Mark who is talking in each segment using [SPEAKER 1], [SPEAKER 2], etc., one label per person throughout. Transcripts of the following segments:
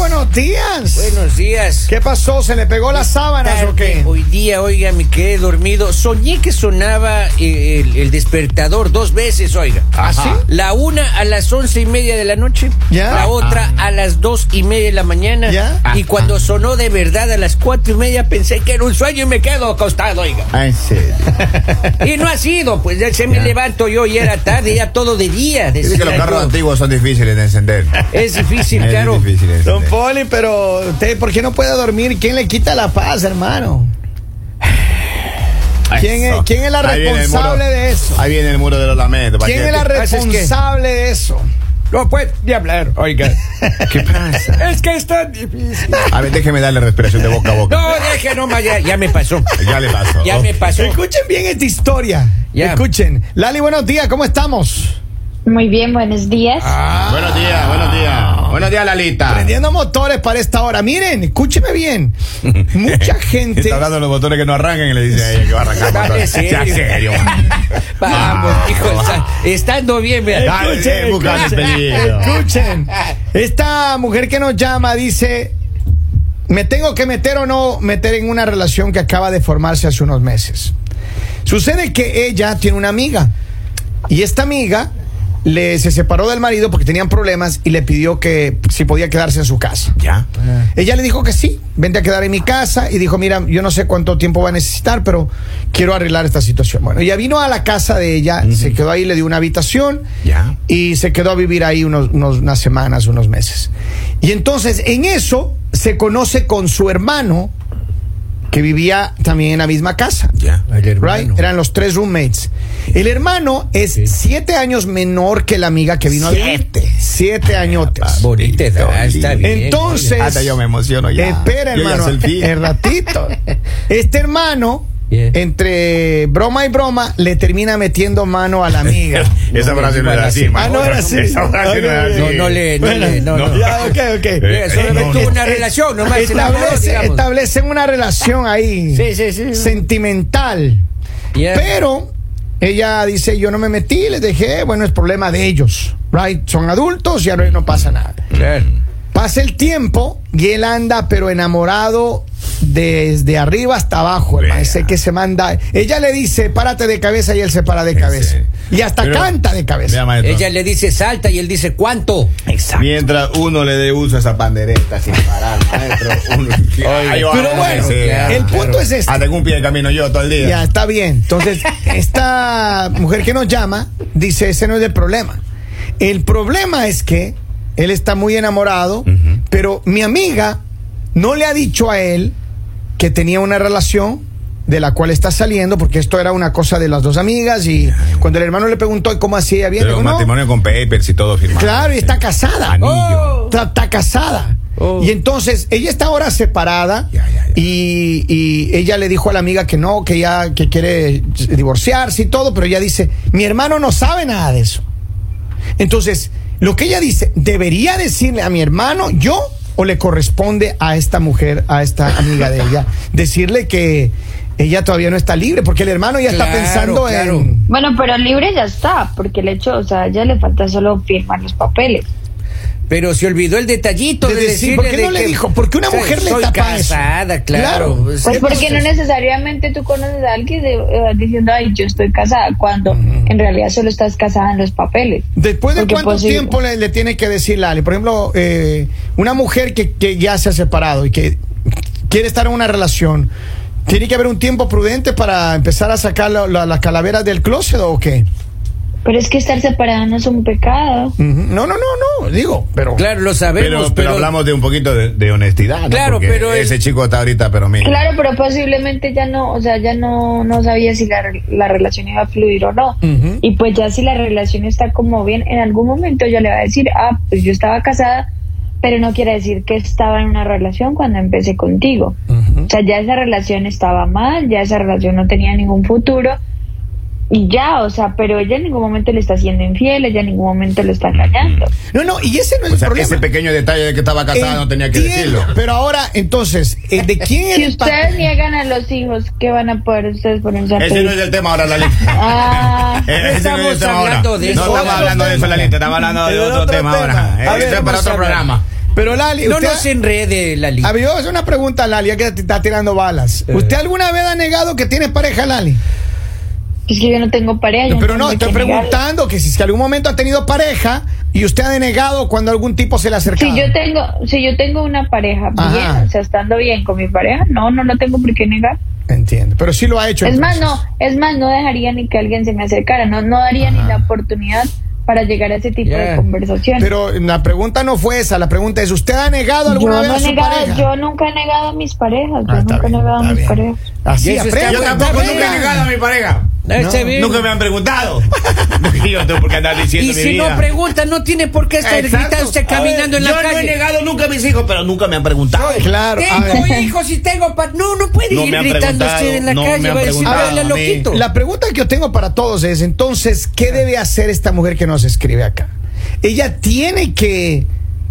[SPEAKER 1] Buenos días.
[SPEAKER 2] Buenos días.
[SPEAKER 1] ¿Qué pasó? ¿Se le pegó las sábanas o qué?
[SPEAKER 2] Hoy día, oiga, me quedé dormido. Soñé que sonaba eh, el, el despertador dos veces, oiga.
[SPEAKER 1] ¿Ah, sí?
[SPEAKER 2] La una a las once y media de la noche.
[SPEAKER 1] Ya.
[SPEAKER 2] La otra
[SPEAKER 3] Ah.
[SPEAKER 2] a las dos y media de la mañana.
[SPEAKER 1] Ya.
[SPEAKER 2] Y cuando sonó de verdad a las cuatro y media pensé que era un sueño y me quedo acostado, oiga.
[SPEAKER 1] Ah, en serio.
[SPEAKER 2] Y no ha sido, pues ya se me levanto yo y era tarde, ya todo de día.
[SPEAKER 3] Dice que
[SPEAKER 2] decía
[SPEAKER 3] los carros
[SPEAKER 2] yo.
[SPEAKER 3] antiguos son difíciles de encender.
[SPEAKER 2] Es difícil,
[SPEAKER 3] Es
[SPEAKER 2] claro.
[SPEAKER 3] difícil de
[SPEAKER 1] Don
[SPEAKER 3] encender.
[SPEAKER 1] Poli, pero usted, ¿por qué no puede dormir? ¿Quién le quita la paz, hermano? ¿Quién es,
[SPEAKER 3] Eso.
[SPEAKER 1] quién es la
[SPEAKER 3] Ahí viene el muro.
[SPEAKER 1] responsable de eso?
[SPEAKER 3] Ahí viene el muro de los lamentos.
[SPEAKER 1] ¿Quién es la
[SPEAKER 3] Paquete.
[SPEAKER 2] Así es que-
[SPEAKER 1] responsable de eso?
[SPEAKER 2] No puede ni hablar, oiga.
[SPEAKER 3] ¿Qué pasa?
[SPEAKER 2] es que es tan difícil.
[SPEAKER 3] A ver, déjeme darle respiración de boca a boca.
[SPEAKER 2] No, deje nomás, ya, ya me pasó.
[SPEAKER 3] Ya le pasó.
[SPEAKER 2] Ya me pasó.
[SPEAKER 1] Escuchen bien esta historia.
[SPEAKER 2] Ya.
[SPEAKER 1] Escuchen. Lali, buenos días, ¿cómo estamos?
[SPEAKER 4] Muy bien, buenos días.
[SPEAKER 1] Ah.
[SPEAKER 3] Buenos días, buenos días. Buenos días, Lalita.
[SPEAKER 1] Prendiendo motores para esta hora. Miren, escúcheme bien. Mucha gente.
[SPEAKER 3] Está hablando de los botones que no arrancan y le dice a ella que va a arrancar el
[SPEAKER 2] Dale,
[SPEAKER 3] motor.
[SPEAKER 2] serio.
[SPEAKER 3] Ya, serio.
[SPEAKER 2] Vamos, hijo, está- estando bien, vea.
[SPEAKER 3] Dale,
[SPEAKER 1] Escuchen,
[SPEAKER 3] buscando
[SPEAKER 1] escuchen.
[SPEAKER 3] peligro.
[SPEAKER 1] Escuchen. Esta mujer que nos llama dice, me tengo que meter o no meter en una relación que acaba de formarse hace unos meses. Sucede que ella tiene una amiga y esta amiga le se separó del marido porque tenían problemas y le pidió que si podía quedarse en su casa.
[SPEAKER 3] Ya.
[SPEAKER 1] Ella le dijo que sí, vente a quedar en mi casa y dijo, mira, yo no sé cuánto tiempo va a necesitar, pero quiero arreglar esta situación. Bueno, ella vino a la casa de ella, se quedó ahí, le dio una habitación
[SPEAKER 3] Ya.
[SPEAKER 1] y se quedó a vivir ahí unos, unos- unas semanas, unos meses. Y entonces en eso se conoce con su hermano que vivía también en la misma casa.
[SPEAKER 3] Ya.
[SPEAKER 1] Right? Eran los tres roommates. El hermano es siete años menor que la amiga que vino a
[SPEAKER 3] Siete.
[SPEAKER 1] Siete añotes.
[SPEAKER 2] Bonita edad, está bien.
[SPEAKER 1] Entonces,
[SPEAKER 3] Hasta yo me emociono ya.
[SPEAKER 1] Espera,
[SPEAKER 3] Yo ya
[SPEAKER 1] hermano.
[SPEAKER 3] selfie.
[SPEAKER 1] El ratito. Este hermano,
[SPEAKER 2] Yeah.
[SPEAKER 1] entre broma y broma, le termina metiendo mano a la amiga.
[SPEAKER 3] Esa frase no era así,
[SPEAKER 1] Ah,
[SPEAKER 3] hermano.
[SPEAKER 1] no era así.
[SPEAKER 3] Esa frase no era así.
[SPEAKER 2] No, no le- no le- no, no.
[SPEAKER 1] Ya, Ah, ok, ok.
[SPEAKER 3] Eh,
[SPEAKER 2] Vea, Solamente
[SPEAKER 3] eh,
[SPEAKER 2] tuvo
[SPEAKER 3] no.
[SPEAKER 2] una relación, nomás se enamoró,
[SPEAKER 1] Establece-
[SPEAKER 2] digamos.
[SPEAKER 1] establecen una relación ahí
[SPEAKER 2] Sí, sí, sí.
[SPEAKER 1] sentimental.
[SPEAKER 2] Ya.
[SPEAKER 1] Pero ella dice, yo no me metí, les dejé, bueno, es problema de ellos. Right? Son adultos y ahora no pasa nada.
[SPEAKER 2] Claro.
[SPEAKER 1] Pasa el tiempo y él anda, pero enamorado desde arriba hasta abajo. el
[SPEAKER 3] Vea.
[SPEAKER 1] man. Ese que se manda. Ella le dice, párate de cabeza y él se para de cabeza.
[SPEAKER 3] serio.
[SPEAKER 1] Y hasta
[SPEAKER 3] Pero-
[SPEAKER 1] canta de
[SPEAKER 3] Vea,
[SPEAKER 1] cabeza.
[SPEAKER 3] maestro.
[SPEAKER 2] Ella le dice salta y él dice cuánto.
[SPEAKER 1] Exacto.
[SPEAKER 3] Mientras uno le dé uso a esa pandereta sin parar, maestro. uno- Ay,
[SPEAKER 1] pero
[SPEAKER 3] ay,
[SPEAKER 1] bueno,
[SPEAKER 3] sí,
[SPEAKER 2] claro,
[SPEAKER 1] el punto es este.
[SPEAKER 3] Hasta que un pie de camino yo todo el día.
[SPEAKER 1] Ya, está bien. Entonces, esta mujer que nos llama dice, ese no es el problema. El problema es que él está muy enamorado, pero mi amiga no le ha dicho a él que tenía una relación de la cual está saliendo, porque esto era una cosa de las dos amigas, y cuando el hermano le preguntó, "¿Y ¿cómo hacía bien?
[SPEAKER 3] Pero
[SPEAKER 1] Dijo,
[SPEAKER 3] un
[SPEAKER 1] "No".
[SPEAKER 3] matrimonio con papers y todo firmado.
[SPEAKER 1] Claro, y está casada.
[SPEAKER 3] Anillo.
[SPEAKER 2] Oh.
[SPEAKER 1] Está, está casada.
[SPEAKER 2] Oh.
[SPEAKER 1] Y entonces ella está ahora separada
[SPEAKER 3] Ya, ya, ya.
[SPEAKER 1] Y, y ella le dijo a la amiga que no, que ya que quiere divorciarse y todo, pero ella dice, mi hermano no sabe nada de eso. Entonces, lo que ella dice, ¿debería decirle a mi hermano yo o le corresponde a esta mujer, a esta amiga de ella, decirle que ella todavía no está libre? Porque el hermano ya está
[SPEAKER 2] Claro,
[SPEAKER 1] pensando
[SPEAKER 2] claro.
[SPEAKER 1] en...
[SPEAKER 4] Bueno, pero libre ya está, porque el hecho, o sea, ya le falta solo firmar los papeles.
[SPEAKER 2] Pero se olvidó el detallito
[SPEAKER 1] De
[SPEAKER 2] de,
[SPEAKER 1] decir,
[SPEAKER 2] decirle
[SPEAKER 1] ¿por qué
[SPEAKER 2] de
[SPEAKER 1] no le
[SPEAKER 2] que-
[SPEAKER 1] dijo? ¿Por qué una
[SPEAKER 2] o sea,
[SPEAKER 1] mujer le
[SPEAKER 2] soy
[SPEAKER 1] tapa eso?
[SPEAKER 2] casada,
[SPEAKER 1] Claro.
[SPEAKER 2] claro. Es-
[SPEAKER 4] Pues
[SPEAKER 1] Sí,
[SPEAKER 4] porque no
[SPEAKER 1] pues,
[SPEAKER 4] necesariamente tú conoces a alguien de- eh, diciendo, ay, yo estoy casada, cuando en realidad solo estás casada en los papeles.
[SPEAKER 1] Mm. ¿Después de
[SPEAKER 4] Porque pues
[SPEAKER 1] cuánto
[SPEAKER 4] posible.
[SPEAKER 1] tiempo le, le tiene que decir Lali? Por ejemplo, eh, una mujer que, que ya se ha separado y que quiere estar en una relación, ¿tiene que haber un tiempo prudente para empezar a sacar la- la- las calaveras del closet o qué?
[SPEAKER 4] Pero es que estar separada no es un pecado.
[SPEAKER 1] Ujú. No, no, no, no, digo, pero...
[SPEAKER 2] Claro, lo
[SPEAKER 3] Pero,
[SPEAKER 2] sabemos,
[SPEAKER 3] pero, hablamos de un poquito de, de honestidad. ¿no?
[SPEAKER 2] Claro,
[SPEAKER 3] Porque
[SPEAKER 2] pero el-
[SPEAKER 3] Ese chico está ahorita, pero mira.
[SPEAKER 4] Claro, pero posiblemente ya no, o sea, ya no, no sabía si la, re- la relación iba a fluir o no.
[SPEAKER 1] Ujú.
[SPEAKER 4] Y pues ya si la relación está como bien, en algún momento ya le va a decir, ah, pues yo estaba casada, pero no quiere decir que estaba en una relación cuando empecé contigo. O sea, ya esa relación estaba mal, ya esa relación no tenía ningún futuro. Y ya, o sea, pero ella en ningún momento le está siendo infiel, ella en ningún momento lo está engañando.
[SPEAKER 1] No, no, y ese no es
[SPEAKER 3] O sea,
[SPEAKER 1] el problema. Eh,
[SPEAKER 3] ese pequeño detalle de que estaba casada no tenía que
[SPEAKER 1] Entiendo,
[SPEAKER 3] decirlo.
[SPEAKER 1] Pero ahora, entonces, eh, ¿de quién
[SPEAKER 4] Si
[SPEAKER 1] el
[SPEAKER 4] ustedes
[SPEAKER 1] papel?
[SPEAKER 4] niegan a los hijos, ¿qué van a poder ustedes ponerse a
[SPEAKER 3] Ese
[SPEAKER 4] pedir?
[SPEAKER 3] no es el tema ahora, Lali.
[SPEAKER 4] Ah.
[SPEAKER 3] Eh, ese no es el
[SPEAKER 2] Estamos
[SPEAKER 3] tema ahora.
[SPEAKER 2] hablando de
[SPEAKER 3] no
[SPEAKER 2] eso.
[SPEAKER 3] estamos hablando de eso, Lali. Estamos hablando de
[SPEAKER 1] Del
[SPEAKER 3] otro,
[SPEAKER 1] otro
[SPEAKER 3] tema,
[SPEAKER 1] tema.
[SPEAKER 3] ahora.
[SPEAKER 1] A ver,
[SPEAKER 3] Eh, Eso es para
[SPEAKER 1] vamos
[SPEAKER 3] otro
[SPEAKER 1] a hablar.
[SPEAKER 3] programa.
[SPEAKER 1] Pero Lali,
[SPEAKER 2] No
[SPEAKER 1] usted
[SPEAKER 2] nos enrede, Lali.
[SPEAKER 1] A ver, yo voy a hacer una pregunta, Lali, ya que te está tirando balas.
[SPEAKER 2] Eh.
[SPEAKER 1] ¿Usted alguna vez ha negado que tiene pareja, Lali? Eh,
[SPEAKER 4] Es que yo no tengo pareja. yo
[SPEAKER 1] Pero no,
[SPEAKER 4] tengo
[SPEAKER 1] estoy
[SPEAKER 4] que negarlo.
[SPEAKER 1] preguntando que si es que algún momento ha tenido pareja y usted ha denegado cuando algún tipo se le ha acercado.
[SPEAKER 4] Si yo tengo, si yo tengo una pareja
[SPEAKER 1] Ajá.
[SPEAKER 4] bien, o sea, estando bien con mi pareja, no, no lo tengo por qué negar.
[SPEAKER 1] Entiendo, pero sí lo ha hecho.
[SPEAKER 4] Es más, no,
[SPEAKER 1] entonces.
[SPEAKER 4] es más, no dejaría ni que alguien se me acercara, no, no daría ni la oportunidad para llegar a ese tipo
[SPEAKER 2] Yeah.
[SPEAKER 4] de conversaciones.
[SPEAKER 1] Pero la pregunta no fue esa, la pregunta es, ¿usted ha negado
[SPEAKER 4] yo,
[SPEAKER 1] alguna
[SPEAKER 4] no
[SPEAKER 1] vez a
[SPEAKER 4] he
[SPEAKER 1] su
[SPEAKER 4] negado-
[SPEAKER 1] pareja?
[SPEAKER 4] yo nunca he negado a mis parejas, yo
[SPEAKER 1] Ah, está
[SPEAKER 4] nunca
[SPEAKER 1] bien,
[SPEAKER 4] he negado a
[SPEAKER 1] está
[SPEAKER 4] mis
[SPEAKER 1] bien.
[SPEAKER 4] parejas.
[SPEAKER 1] Así
[SPEAKER 2] Y eso está
[SPEAKER 1] aprende.
[SPEAKER 3] Yo
[SPEAKER 2] bueno,
[SPEAKER 3] tampoco
[SPEAKER 2] está
[SPEAKER 3] nunca he
[SPEAKER 2] bien.
[SPEAKER 3] negado a mi pareja.
[SPEAKER 2] Ah, está bien.
[SPEAKER 3] Nunca me han preguntado. yo tengo por qué andar diciendo
[SPEAKER 2] Y
[SPEAKER 3] mi
[SPEAKER 2] si
[SPEAKER 3] vida.
[SPEAKER 2] no pregunta, no tiene por qué estar
[SPEAKER 3] Exacto.
[SPEAKER 2] gritando usted
[SPEAKER 3] A ver,
[SPEAKER 2] caminando en la
[SPEAKER 3] Yo
[SPEAKER 2] calle.
[SPEAKER 3] no he negado nunca a mis hijos, pero nunca me han preguntado.
[SPEAKER 1] Claro, a ver.
[SPEAKER 2] Tengo hijos y tengo pa- No, no puede
[SPEAKER 3] No
[SPEAKER 2] ir
[SPEAKER 3] me han
[SPEAKER 2] gritando
[SPEAKER 3] preguntado,
[SPEAKER 2] usted en la
[SPEAKER 3] no me
[SPEAKER 2] calle.
[SPEAKER 3] han
[SPEAKER 2] Va a decir,
[SPEAKER 3] preguntado
[SPEAKER 2] "Habla,
[SPEAKER 3] a mí".
[SPEAKER 2] loquito.
[SPEAKER 1] La pregunta que yo tengo para todos es, entonces, ¿qué debe hacer esta mujer que nos escribe acá? Ella tiene que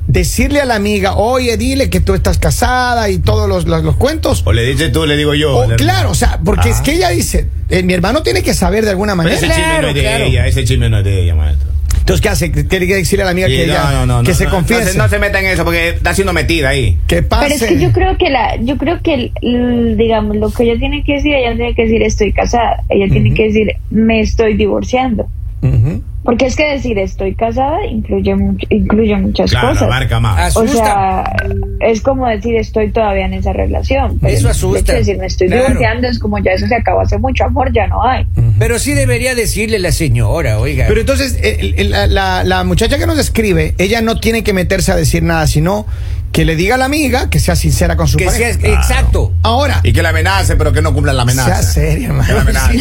[SPEAKER 1] decirle a la amiga, oye, dile que tú estás casada y todos los, los, los cuentos.
[SPEAKER 3] O le dices tú, le digo yo.
[SPEAKER 1] O,
[SPEAKER 3] Le-
[SPEAKER 1] Oh, claro, o sea, porque es que ella dice, eh, mi hermano tiene que saber de alguna
[SPEAKER 3] Pero
[SPEAKER 1] manera.
[SPEAKER 3] ese chisme
[SPEAKER 2] Claro,
[SPEAKER 3] no es de
[SPEAKER 2] claro.
[SPEAKER 3] ella, ese chisme no es de ella, maestro.
[SPEAKER 1] Entonces, ¿qué hace? Tiene que decirle a la amiga
[SPEAKER 3] Sí,
[SPEAKER 1] que,
[SPEAKER 3] no,
[SPEAKER 1] ella-
[SPEAKER 3] no, no,
[SPEAKER 1] que
[SPEAKER 3] no,
[SPEAKER 1] se
[SPEAKER 3] no,
[SPEAKER 1] confiese.
[SPEAKER 3] No se, no se meta en eso porque está siendo metida ahí.
[SPEAKER 1] Que pase.
[SPEAKER 4] Pero es que yo creo que la, yo creo que el- el- digamos lo que ella tiene que decir, ella tiene que decir estoy casada, ella tiene que decir me estoy divorciando,
[SPEAKER 1] Ujú.
[SPEAKER 4] porque es que decir estoy casada incluye mucho- incluye muchas
[SPEAKER 3] Claro,
[SPEAKER 4] cosas.
[SPEAKER 3] abarca más.
[SPEAKER 4] O
[SPEAKER 2] Asusta.
[SPEAKER 4] sea, es como decir estoy todavía en esa relación. Pero
[SPEAKER 2] Eso
[SPEAKER 4] el hecho de
[SPEAKER 2] asusta.
[SPEAKER 4] decir me estoy
[SPEAKER 2] Claro. Mm.
[SPEAKER 4] divorciando es como ya eso se acabó hace mucho amor, ya no hay.
[SPEAKER 2] Pero sí debería decirle la señora, oiga.
[SPEAKER 1] Pero entonces, el- el- la, la- la muchacha que nos escribe, ella no tiene que meterse a decir nada, sino que le diga a la amiga que sea sincera con su
[SPEAKER 2] que
[SPEAKER 1] pareja.
[SPEAKER 2] sea exacto.
[SPEAKER 1] Ahora,
[SPEAKER 3] Y que la amenace, pero que no cumpla la
[SPEAKER 1] sea
[SPEAKER 3] amenaza.
[SPEAKER 1] seria,
[SPEAKER 3] Que la
[SPEAKER 1] hermano.
[SPEAKER 3] amenace.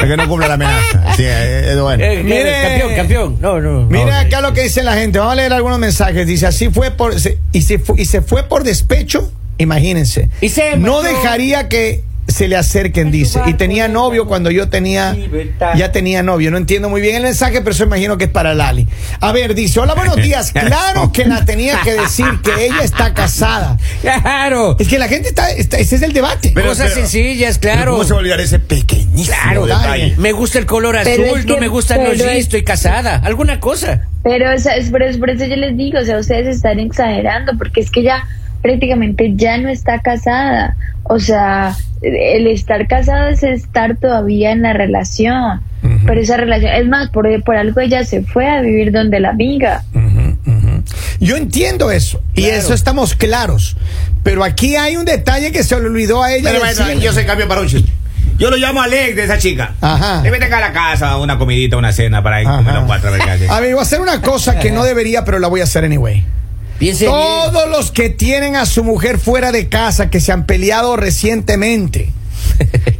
[SPEAKER 3] sí. que no cumpla la amenaza. Sí, es es bueno.
[SPEAKER 2] Eh,
[SPEAKER 1] Mire.
[SPEAKER 2] campeón, campeón. No, no.
[SPEAKER 1] Mira
[SPEAKER 2] no.
[SPEAKER 1] acá lo que dice la gente. Vamos a leer algunos mensajes. Dice, así fue por... se- y, se fu- y se fue por despecho, imagínense.
[SPEAKER 2] Y se
[SPEAKER 1] no
[SPEAKER 2] mató.
[SPEAKER 1] dejaría que se le acerquen, dice. Y tenía novio cuando yo tenía...
[SPEAKER 2] Libertad.
[SPEAKER 1] Ya tenía novio. No entiendo muy bien el mensaje, pero eso imagino que es para Lali. A ver, dice, hola, buenos días. Claro que la tenía que decir que ella está casada.
[SPEAKER 2] Claro.
[SPEAKER 1] Es que la gente está... está- ese es el debate.
[SPEAKER 3] Pero-
[SPEAKER 2] Cosas
[SPEAKER 3] pero-
[SPEAKER 2] sencillas,
[SPEAKER 3] Pero
[SPEAKER 2] claro.
[SPEAKER 3] ¿Cómo se va a olvidar ese pequeñísimo
[SPEAKER 1] Claro,
[SPEAKER 3] detalle?
[SPEAKER 2] Me gusta el color
[SPEAKER 4] Pero
[SPEAKER 2] azul,
[SPEAKER 4] es
[SPEAKER 2] no
[SPEAKER 4] que-
[SPEAKER 2] me gustan los
[SPEAKER 4] pero
[SPEAKER 2] jeans,
[SPEAKER 4] es-
[SPEAKER 2] estoy casada. Alguna cosa.
[SPEAKER 4] Pero o sea, es por, es por eso yo les digo, o sea, ustedes están exagerando, porque es que ya prácticamente ya no está casada. O sea, el estar casada es estar todavía en la relación. Pero esa relación, es más, por, por algo ella se fue a vivir donde la amiga.
[SPEAKER 1] Yo entiendo eso. Y
[SPEAKER 2] Claro.
[SPEAKER 1] eso estamos claros. Pero aquí hay un detalle que se le olvidó a ella.
[SPEAKER 3] Pero, maestro,
[SPEAKER 1] decirle.
[SPEAKER 3] yo se cambio para un chiste. Yo lo llamo Alex de esa chica.
[SPEAKER 1] Ajá.
[SPEAKER 3] Le vete acá a la casa, una comidita, una cena para ir
[SPEAKER 1] Ajá. Ah.
[SPEAKER 3] comer los cuatro a ver qué hace.
[SPEAKER 1] A ver, voy a hacer una cosa que no debería, pero la voy a hacer anyway.
[SPEAKER 2] Piense bien.
[SPEAKER 1] Todos los que tienen a su mujer fuera de casa, que se han peleado recientemente,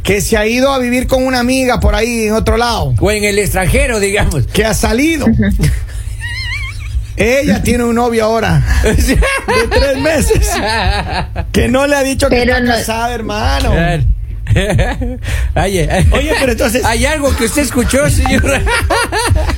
[SPEAKER 1] que se ha ido a vivir con una amiga por ahí en otro lado,
[SPEAKER 2] O en el extranjero, digamos.
[SPEAKER 1] que ha salido. Ella tiene un novio ahora de tres meses que no le ha dicho que
[SPEAKER 4] Pero
[SPEAKER 1] está
[SPEAKER 4] no-
[SPEAKER 1] casada, hermano.
[SPEAKER 2] Claro. Oye,
[SPEAKER 1] Oye, pero entonces-
[SPEAKER 2] eh. ¿Hay algo que usted escuchó, señora?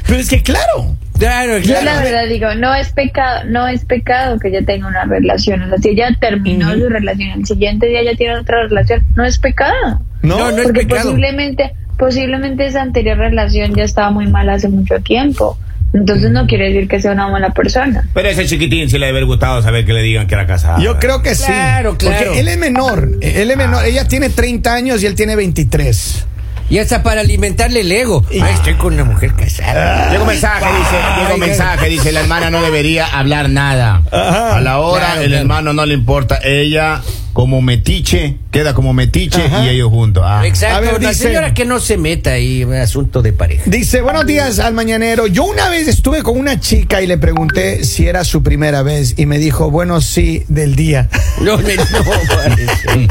[SPEAKER 1] Pero es que claro.
[SPEAKER 2] Claro,
[SPEAKER 4] Yo
[SPEAKER 2] claro.
[SPEAKER 4] la verdad digo, no es pecado, no es pecado que ella tenga una relación. O sea, si ella terminó su relación, el siguiente día ella tiene otra relación, no es pecado.
[SPEAKER 1] No,
[SPEAKER 2] No, no es
[SPEAKER 4] porque
[SPEAKER 2] pecado.
[SPEAKER 4] posiblemente posiblemente esa anterior relación ya estaba muy mal hace mucho tiempo entonces no quiere decir que sea una mala persona
[SPEAKER 3] Pero ese chiquitín sí le debe haber gustado saber que le digan que era casada.
[SPEAKER 1] Yo creo que sí.
[SPEAKER 2] Claro, claro.
[SPEAKER 1] Porque él es menor. Él es menor. Ella tiene 30 años y él tiene 23.
[SPEAKER 2] Y hasta para alimentarle el ego. Ay, estoy con una mujer casada.
[SPEAKER 3] Llega un mensaje, dice,
[SPEAKER 1] Ah,
[SPEAKER 3] llega un mensaje, dice, la hermana no debería hablar nada.
[SPEAKER 1] Ajá.
[SPEAKER 3] A la hora,
[SPEAKER 2] Claro,
[SPEAKER 3] el
[SPEAKER 2] claro.
[SPEAKER 3] hermano no le importa. Ella, como metiche, queda como metiche
[SPEAKER 1] Ajá.
[SPEAKER 3] y ellos juntos. Ah.
[SPEAKER 2] Exacto.
[SPEAKER 1] A ver,
[SPEAKER 2] la
[SPEAKER 1] dice-
[SPEAKER 2] señora que no se meta ahí en asunto de pareja.
[SPEAKER 1] Dice, buenos días al mañanero. Yo una vez estuve con una chica y le pregunté si era su primera vez y me dijo, bueno, sí, del día.
[SPEAKER 2] No, no, parece.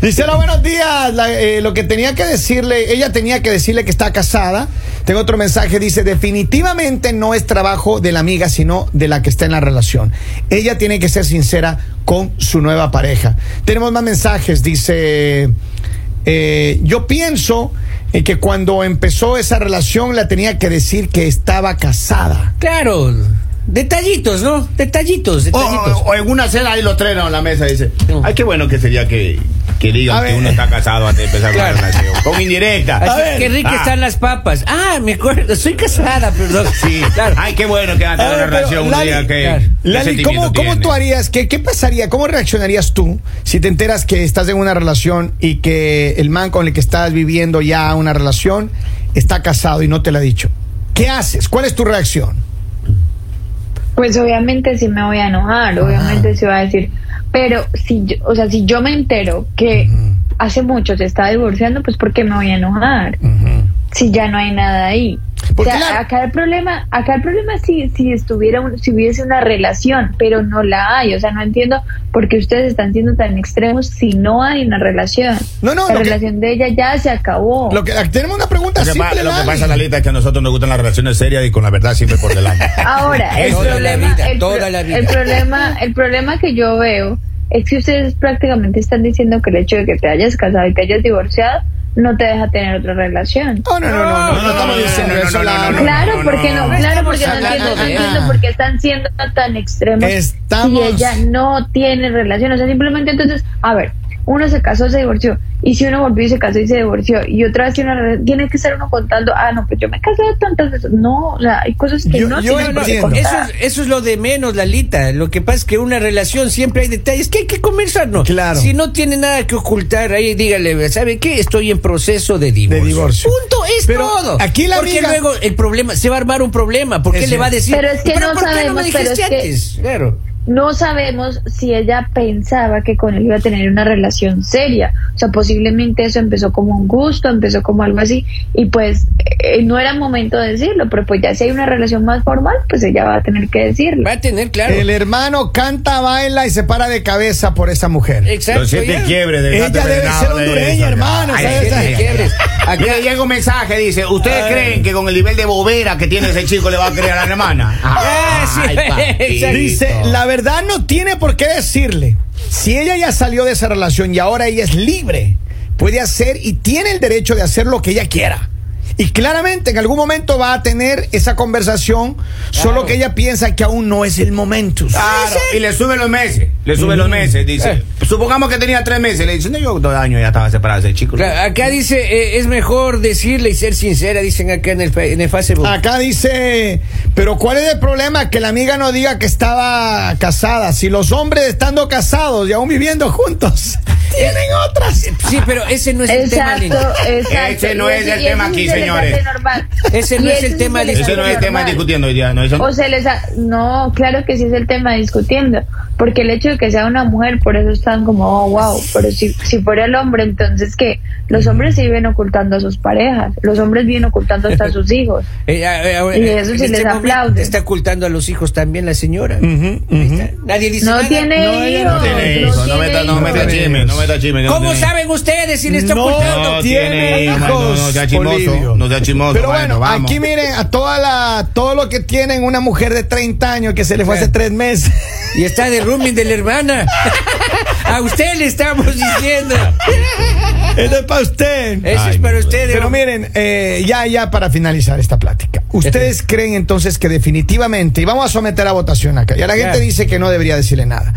[SPEAKER 1] Dice, hola, buenos días. La- eh, lo que tenía que decirle, ella tenía que decirle que está casada. Tengo otro mensaje, dice, definitivamente no es trabajo de la amiga, sino de la que está en la relación. Ella tiene que ser sincera con su nueva pareja. Tenemos más mensajes, dice, eh, yo pienso eh, que cuando empezó esa relación la tenía que decir que estaba casada.
[SPEAKER 2] Claro. Detallitos, ¿no? Detallitos,
[SPEAKER 1] Oh,
[SPEAKER 3] O,
[SPEAKER 2] detallitos.
[SPEAKER 3] o- o en una cena ahí lo trenan a la mesa y dice,
[SPEAKER 2] No.
[SPEAKER 3] ay, qué bueno que sería que, que digan
[SPEAKER 1] A
[SPEAKER 3] que
[SPEAKER 1] ver.
[SPEAKER 3] uno está casado antes de empezar con la
[SPEAKER 2] Claro.
[SPEAKER 3] relación. Con indirecta.
[SPEAKER 2] Así,
[SPEAKER 1] A ver.
[SPEAKER 2] qué ricas
[SPEAKER 3] Ah.
[SPEAKER 2] están las papas. Ah, me acuerdo. Soy casada, perdón.
[SPEAKER 3] Sí,
[SPEAKER 2] claro.
[SPEAKER 3] ay, qué bueno que van a tener
[SPEAKER 1] A ver,
[SPEAKER 3] una
[SPEAKER 1] pero,
[SPEAKER 3] relación un
[SPEAKER 1] Lali,
[SPEAKER 3] día que...
[SPEAKER 2] claro.
[SPEAKER 3] qué
[SPEAKER 1] Lali,
[SPEAKER 3] sentimiento
[SPEAKER 1] ¿cómo, cómo
[SPEAKER 3] tiene?
[SPEAKER 1] tú harías? ¿Qué, ¿Qué pasaría? ¿Cómo reaccionarías tú si te enteras que estás en una relación y que el man con el que estás viviendo ya una relación está casado y no te lo ha dicho? ¿Qué haces? ¿Cuál es tu reacción?
[SPEAKER 4] Pues obviamente sí me voy a enojar, obviamente sí voy a decir, pero si yo, o sea, si yo me entero que hace mucho se está divorciando, pues ¿por qué me voy a enojar? Si ya no hay nada ahí. O
[SPEAKER 1] Porque
[SPEAKER 4] sea,
[SPEAKER 1] la-
[SPEAKER 4] acá el problema, acá el problema es si, si estuviera un- si hubiese una relación, pero no la hay, o sea, no entiendo por qué ustedes están siendo tan extremos si no hay una relación.
[SPEAKER 1] No, no,
[SPEAKER 4] la
[SPEAKER 1] lo que-
[SPEAKER 4] relación de ella ya se acabó.
[SPEAKER 1] Lo que, ah, tenemos una pregunta
[SPEAKER 3] Lo que, pa-
[SPEAKER 1] simple,
[SPEAKER 3] lo que
[SPEAKER 1] Lali.
[SPEAKER 3] pasa, Lalita, es que a nosotros nos gustan las relaciones serias y con la verdad siempre por delante.
[SPEAKER 4] Ahora, el
[SPEAKER 2] Toda la
[SPEAKER 4] problema,
[SPEAKER 2] vida,
[SPEAKER 4] el,
[SPEAKER 2] toda
[SPEAKER 4] pro-
[SPEAKER 2] la vida.
[SPEAKER 4] el problema, el problema que yo veo es que ustedes prácticamente están diciendo que el hecho de que te hayas casado y te hayas divorciado no te deja tener otra relación.
[SPEAKER 1] No, no, no, no, no, no, estamos diciendo
[SPEAKER 3] no, no,
[SPEAKER 1] eso,
[SPEAKER 3] no, no,
[SPEAKER 1] Lali.
[SPEAKER 3] no, no.
[SPEAKER 4] Claro, porque no,
[SPEAKER 2] no.
[SPEAKER 4] claro,
[SPEAKER 2] Estamos
[SPEAKER 4] porque no
[SPEAKER 2] hablando
[SPEAKER 4] entiendo, no
[SPEAKER 2] de-
[SPEAKER 4] entiendo por qué están siendo tan extremos
[SPEAKER 1] Estamos-
[SPEAKER 4] si ella no tiene relación. O sea, simplemente entonces, a ver, uno se casó, se divorció, y si uno volvió y se casó y se divorció, y otra vez tiene una relación, tiene que estar uno contando, ah, no, pues yo me he casado tantas veces. No, o sea, hay cosas que
[SPEAKER 1] Yo-
[SPEAKER 4] no
[SPEAKER 1] yo
[SPEAKER 4] tienen por qué
[SPEAKER 1] entiendo.
[SPEAKER 4] contar.
[SPEAKER 2] Eso es, eso es lo de menos, Lalita. Lo que pasa es que una relación siempre hay detalles que hay que conversarnos.
[SPEAKER 1] Claro.
[SPEAKER 2] Si no tiene nada que ocultar, ahí dígale, ¿sabe qué? Estoy en proceso de divorcio.
[SPEAKER 1] divorcio.
[SPEAKER 2] Punto, es
[SPEAKER 1] Pero
[SPEAKER 2] todo.
[SPEAKER 1] aquí la
[SPEAKER 2] Porque
[SPEAKER 1] amiga-
[SPEAKER 2] luego el problema, se va a armar un problema. ¿Por qué
[SPEAKER 1] Es
[SPEAKER 2] le va a
[SPEAKER 1] cierto.
[SPEAKER 2] decir?
[SPEAKER 4] Pero es que no
[SPEAKER 2] ¿por qué me
[SPEAKER 4] sabemos, pero
[SPEAKER 2] dijiste
[SPEAKER 4] es que-
[SPEAKER 2] antes?" Claro.
[SPEAKER 4] no sabemos si ella pensaba que con él iba a tener una relación seria. O sea, posiblemente eso empezó como un gusto, empezó como algo así, y pues eh, no era momento de decirlo, pero pues ya si hay una relación más formal, pues ella va a tener que decirlo.
[SPEAKER 2] Va a tener claro.
[SPEAKER 1] El hermano canta, baila y se para de cabeza por esa mujer.
[SPEAKER 2] Exacto.
[SPEAKER 3] Los siete
[SPEAKER 2] ya.
[SPEAKER 3] quiebres del
[SPEAKER 1] Ella
[SPEAKER 3] gato
[SPEAKER 1] debe
[SPEAKER 3] envenenado
[SPEAKER 1] ser
[SPEAKER 3] de
[SPEAKER 1] hondureña,
[SPEAKER 3] eso, ya.
[SPEAKER 1] hermano,
[SPEAKER 3] Ay,
[SPEAKER 1] ¿sabes?
[SPEAKER 3] siete
[SPEAKER 2] Esa-
[SPEAKER 3] quiebres.
[SPEAKER 2] Acá-
[SPEAKER 3] Mira, llega un mensaje, dice, ¿ustedes creen que con el nivel de bobera que tiene ese chico le va a creer a la hermana?
[SPEAKER 1] Eh,
[SPEAKER 2] Ah, sí,
[SPEAKER 3] papito.
[SPEAKER 1] Dice, la verdad no tiene por qué decirle. Si ella ya salió de esa relación y ahora ella es libre, puede hacer y tiene el derecho de hacer lo que ella quiera. Y claramente en algún momento va a tener esa conversación, solo que ella piensa que aún no es el momento.
[SPEAKER 3] Claro, y le sube los meses, le sube los meses, dice.
[SPEAKER 1] Eh.
[SPEAKER 3] Supongamos que tenía tres meses, le dice, no, yo dos años ya estaba separado ese chico.
[SPEAKER 2] Claro, acá dice, eh, es mejor decirle y ser sincera, dicen acá en el, fa- en el Facebook.
[SPEAKER 1] Acá dice, pero ¿cuál es el problema? Que la amiga no diga que estaba casada. Si los hombres estando casados y aún viviendo juntos, tienen otras.
[SPEAKER 2] Sí, pero ese no es el tema,
[SPEAKER 4] Exacto,
[SPEAKER 2] Lina.
[SPEAKER 4] exacto.
[SPEAKER 3] Ese no
[SPEAKER 4] Y
[SPEAKER 3] es
[SPEAKER 4] ese-
[SPEAKER 3] el
[SPEAKER 4] y ese
[SPEAKER 3] tema
[SPEAKER 4] es
[SPEAKER 3] aquí,
[SPEAKER 4] el elefante
[SPEAKER 3] señores.
[SPEAKER 4] normal.
[SPEAKER 2] Ese
[SPEAKER 4] Y
[SPEAKER 2] no es el tema
[SPEAKER 4] elefante
[SPEAKER 2] discutido.
[SPEAKER 3] Ese no es el tema
[SPEAKER 4] normal.
[SPEAKER 3] discutiendo hoy día, no, eso-
[SPEAKER 4] O se les ha- no, claro que sí es el tema discutiendo, porque el hecho de que sea una mujer, por eso están como, oh, wow, pero si, si fuera el hombre, entonces que los hombres sí viven ocultando a sus parejas, los hombres viven ocultando hasta a sus hijos.
[SPEAKER 2] Eh, ah, eh, ahora,
[SPEAKER 4] Y eso
[SPEAKER 2] en
[SPEAKER 4] sí les
[SPEAKER 2] momento
[SPEAKER 4] aplaude.
[SPEAKER 2] Está ocultando a los hijos también la señora. Ahí está. Nadie dice
[SPEAKER 4] No
[SPEAKER 2] nada.
[SPEAKER 4] tiene
[SPEAKER 1] No, ella
[SPEAKER 4] hijos.
[SPEAKER 1] no tiene
[SPEAKER 3] Tiene eso, no meta, no
[SPEAKER 4] hijos.
[SPEAKER 3] meta chisme, no meta chisme. que no
[SPEAKER 2] ¿Cómo
[SPEAKER 3] tiene-
[SPEAKER 2] saben ustedes si le está
[SPEAKER 1] No.
[SPEAKER 2] ocultando?
[SPEAKER 3] No
[SPEAKER 1] tiene
[SPEAKER 3] tiene hijos.
[SPEAKER 1] hijos,
[SPEAKER 3] No, no sea chismoso,
[SPEAKER 1] Polibio.
[SPEAKER 3] no sea chismoso.
[SPEAKER 1] Pero bueno,
[SPEAKER 3] maestro, vamos.
[SPEAKER 1] aquí miren a toda la, todo lo que tienen una mujer de 30 años que se le fue hace
[SPEAKER 2] Bueno.
[SPEAKER 1] tres meses.
[SPEAKER 2] Y está de rooming de la hermana. a usted le estamos diciendo.
[SPEAKER 1] Esto es para usted.
[SPEAKER 2] Eso
[SPEAKER 3] Ay,
[SPEAKER 2] es para
[SPEAKER 3] mi
[SPEAKER 2] ustedes.
[SPEAKER 1] Eh, Pero miren, eh, ya, ya para finalizar esta plática. ¿Ustedes creen entonces que definitivamente, y vamos a someter a votación acá, ya la gente
[SPEAKER 2] Claro.
[SPEAKER 1] dice que no debería decirle nada,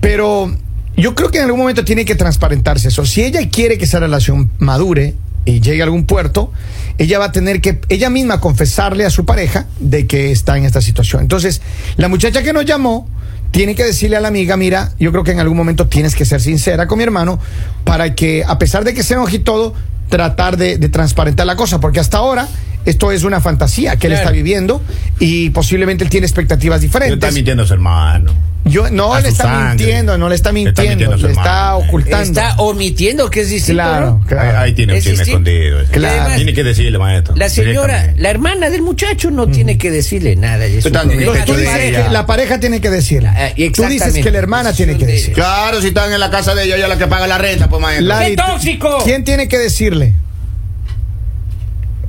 [SPEAKER 1] pero yo creo que en algún momento tiene que transparentarse eso. Si ella quiere que esa relación madure y llegue a algún puerto, ella va a tener que ella misma confesarle a su pareja de que está en esta situación. Entonces, la muchacha que nos llamó tiene que decirle a la amiga, mira, yo creo que en algún momento tienes que ser sincera con mi hermano para que, a pesar de que se enoje y todo, tratar de, de transparentar la cosa, porque hasta ahora esto es una fantasía que él
[SPEAKER 2] Claro.
[SPEAKER 1] está viviendo y posiblemente él tiene expectativas
[SPEAKER 3] Yo está
[SPEAKER 1] diferentes.
[SPEAKER 3] mintiendo a su hermano.
[SPEAKER 1] Yo no
[SPEAKER 3] A
[SPEAKER 1] le
[SPEAKER 3] su
[SPEAKER 1] está
[SPEAKER 3] sangre.
[SPEAKER 1] mintiendo, no le está
[SPEAKER 3] Le está
[SPEAKER 1] mintiendo,
[SPEAKER 3] mintiendo a su
[SPEAKER 1] le está
[SPEAKER 3] hermano.
[SPEAKER 1] ocultando.
[SPEAKER 2] Está omitiendo que es distinto.
[SPEAKER 1] claro,
[SPEAKER 2] ¿no?
[SPEAKER 1] claro.
[SPEAKER 3] Ahí, ahí tiene un
[SPEAKER 2] Es
[SPEAKER 3] chisme
[SPEAKER 2] distinto.
[SPEAKER 3] escondido. ese.
[SPEAKER 1] Claro.
[SPEAKER 2] Además,
[SPEAKER 3] Tiene que decirle, maestro.
[SPEAKER 2] La señora,
[SPEAKER 3] directamente.
[SPEAKER 2] la hermana del muchacho no tiene que decirle nada. y es
[SPEAKER 3] Tú
[SPEAKER 2] un
[SPEAKER 3] también,
[SPEAKER 2] problema
[SPEAKER 1] Tú
[SPEAKER 3] Yo
[SPEAKER 2] de
[SPEAKER 1] dices
[SPEAKER 3] diría-
[SPEAKER 2] ella.
[SPEAKER 1] que la pareja tiene que decirle.
[SPEAKER 2] Ah,
[SPEAKER 1] Tú dices
[SPEAKER 2] exactamente.
[SPEAKER 1] que la hermana tiene que
[SPEAKER 2] Decisión
[SPEAKER 1] decir.
[SPEAKER 2] de
[SPEAKER 3] Claro, si están en la casa de ella, ella es la que paga la renta, pues maestro.
[SPEAKER 1] La-
[SPEAKER 2] ¡Qué tóxico!
[SPEAKER 1] ¿Quién tiene que decirle?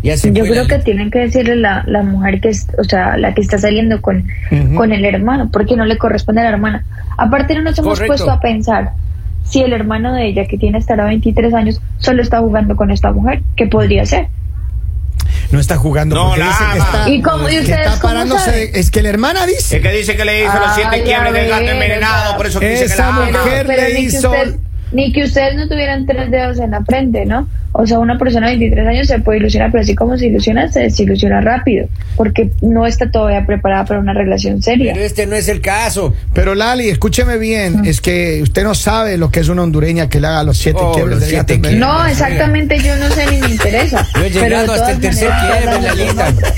[SPEAKER 2] Ya se
[SPEAKER 4] Yo
[SPEAKER 2] fue
[SPEAKER 4] creo
[SPEAKER 2] la-
[SPEAKER 4] que tienen que decirle la, la mujer que es, o sea, la que está saliendo con,
[SPEAKER 1] Ujú.
[SPEAKER 4] con el hermano, porque no le corresponde a la hermana. Aparte no nos hemos
[SPEAKER 2] Correcto.
[SPEAKER 4] puesto a pensar si el hermano de ella, que tiene hasta ahora 23 años, solo está jugando con esta mujer, ¿qué podría ser?
[SPEAKER 1] no está jugando.
[SPEAKER 3] No,
[SPEAKER 1] porque
[SPEAKER 3] la
[SPEAKER 1] dice que
[SPEAKER 3] ama.
[SPEAKER 1] está, Eh.
[SPEAKER 4] ¿Y cómo- y
[SPEAKER 1] que
[SPEAKER 4] ustedes
[SPEAKER 1] está
[SPEAKER 4] cómo
[SPEAKER 1] parándose de-
[SPEAKER 4] saben?
[SPEAKER 1] es que la hermana dice.
[SPEAKER 3] Es que dice que le hizo los siete
[SPEAKER 4] Ay,
[SPEAKER 3] quiebres
[SPEAKER 4] ya
[SPEAKER 3] del gato
[SPEAKER 4] ves,
[SPEAKER 3] envenenado,
[SPEAKER 4] ya.
[SPEAKER 3] por eso que dice que la
[SPEAKER 1] Esa
[SPEAKER 3] ama.
[SPEAKER 1] mujer- le
[SPEAKER 4] ni, que
[SPEAKER 1] hizo-
[SPEAKER 4] usted- ni que ustedes no tuvieran tres dedos en la frente, ¿no? O sea, una persona de 23 años se puede ilusionar, pero así como se ilusiona, se desilusiona rápido, porque no está todavía preparada para una relación seria.
[SPEAKER 2] Pero este no es el caso.
[SPEAKER 1] Pero Lali, escúcheme bien, es que usted no sabe lo que es una hondureña que le haga los siete
[SPEAKER 2] Oh,
[SPEAKER 1] quiebres
[SPEAKER 2] los
[SPEAKER 1] del gato
[SPEAKER 2] siete
[SPEAKER 1] envenenado.
[SPEAKER 2] quiebres.
[SPEAKER 4] No, exactamente, yo no sé ni me interesa.
[SPEAKER 2] Yo he
[SPEAKER 4] pero de
[SPEAKER 2] llegado hasta
[SPEAKER 4] todas
[SPEAKER 2] el tercer
[SPEAKER 4] maneras,
[SPEAKER 2] quiebre,
[SPEAKER 4] todas las
[SPEAKER 2] Lalita.
[SPEAKER 4] personas-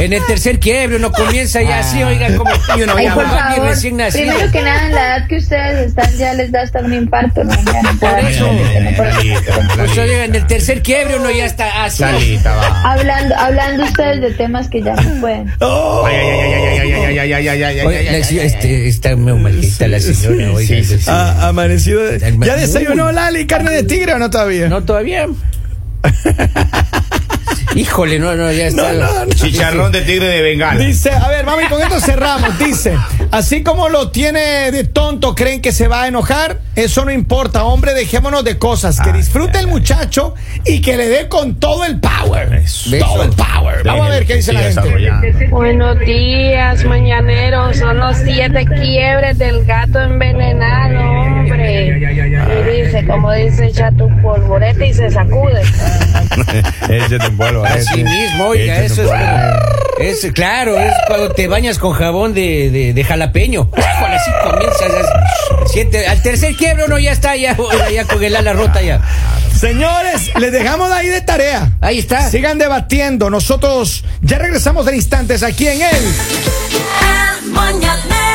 [SPEAKER 2] En el tercer quiebre uno comienza ya así, oiga, como y uno
[SPEAKER 4] Ay,
[SPEAKER 2] ya
[SPEAKER 4] por
[SPEAKER 2] va bien
[SPEAKER 4] favor,
[SPEAKER 2] recién nacido.
[SPEAKER 4] primero que nada, en la edad que ustedes están ya les da hasta un infarto. ¿no? Ya no pueden-
[SPEAKER 2] eso.
[SPEAKER 4] no pueden-
[SPEAKER 2] Pues, oiga, en el tercer quiebre uno ya está así.
[SPEAKER 3] Salita, va.
[SPEAKER 4] Hablando, hablando ustedes de temas que ya no pueden.
[SPEAKER 3] Ay, ay, ay, ay, ay, ay, ay, ay, ay, ay, ay,
[SPEAKER 2] Oye,
[SPEAKER 3] ay,
[SPEAKER 2] la
[SPEAKER 3] ay,
[SPEAKER 2] señora-
[SPEAKER 3] ay, ay.
[SPEAKER 2] este, está muy maldita la señora,
[SPEAKER 3] sí,
[SPEAKER 2] oiga.
[SPEAKER 3] sí, sí, sí.
[SPEAKER 1] Ah, amanecido. de-
[SPEAKER 2] Del-
[SPEAKER 1] ¿Ya desayunó
[SPEAKER 2] Uy.
[SPEAKER 1] Lali carne de tigre o no todavía?
[SPEAKER 2] No, todavía. Híjole, no, no, ya está.
[SPEAKER 1] no, no.
[SPEAKER 3] Chicharrón de tigre de bengala.
[SPEAKER 1] Dice, a ver, mami, con esto cerramos. Dice, así como lo tiene de tonto, creen que se va a enojar. Eso no importa, hombre, dejémonos de cosas. Que
[SPEAKER 3] Ay,
[SPEAKER 1] disfrute
[SPEAKER 3] ay,
[SPEAKER 1] el
[SPEAKER 3] ay.
[SPEAKER 1] muchacho y que le dé con todo el power.
[SPEAKER 3] Eso.
[SPEAKER 1] Todo el power. Vamos a ver qué dice la
[SPEAKER 3] Sigue
[SPEAKER 1] gente.
[SPEAKER 3] desarrollando.
[SPEAKER 5] Buenos días, mañaneros. Son los siete quiebres del gato envenenado, hombre. Y dice, como dice, echa tu polvorete y se sacude.
[SPEAKER 3] Échate un polvo,
[SPEAKER 1] eh,
[SPEAKER 2] Así
[SPEAKER 3] échate.
[SPEAKER 2] mismo, oiga,
[SPEAKER 3] Échate
[SPEAKER 2] eso
[SPEAKER 3] un
[SPEAKER 2] es,
[SPEAKER 3] polvo.
[SPEAKER 2] es- Claro, es cuando te bañas con jabón de, de, de jalapeño. Híjole, así comienzas. ya- siete- al tercer quiebre uno ya está, ya, oiga, ya con el ala rota ya.
[SPEAKER 1] Señores, les dejamos ahí de tarea.
[SPEAKER 2] Ahí está.
[SPEAKER 1] Sigan debatiendo. Nosotros ya regresamos en instantes aquí en el.
[SPEAKER 6] El mañanero.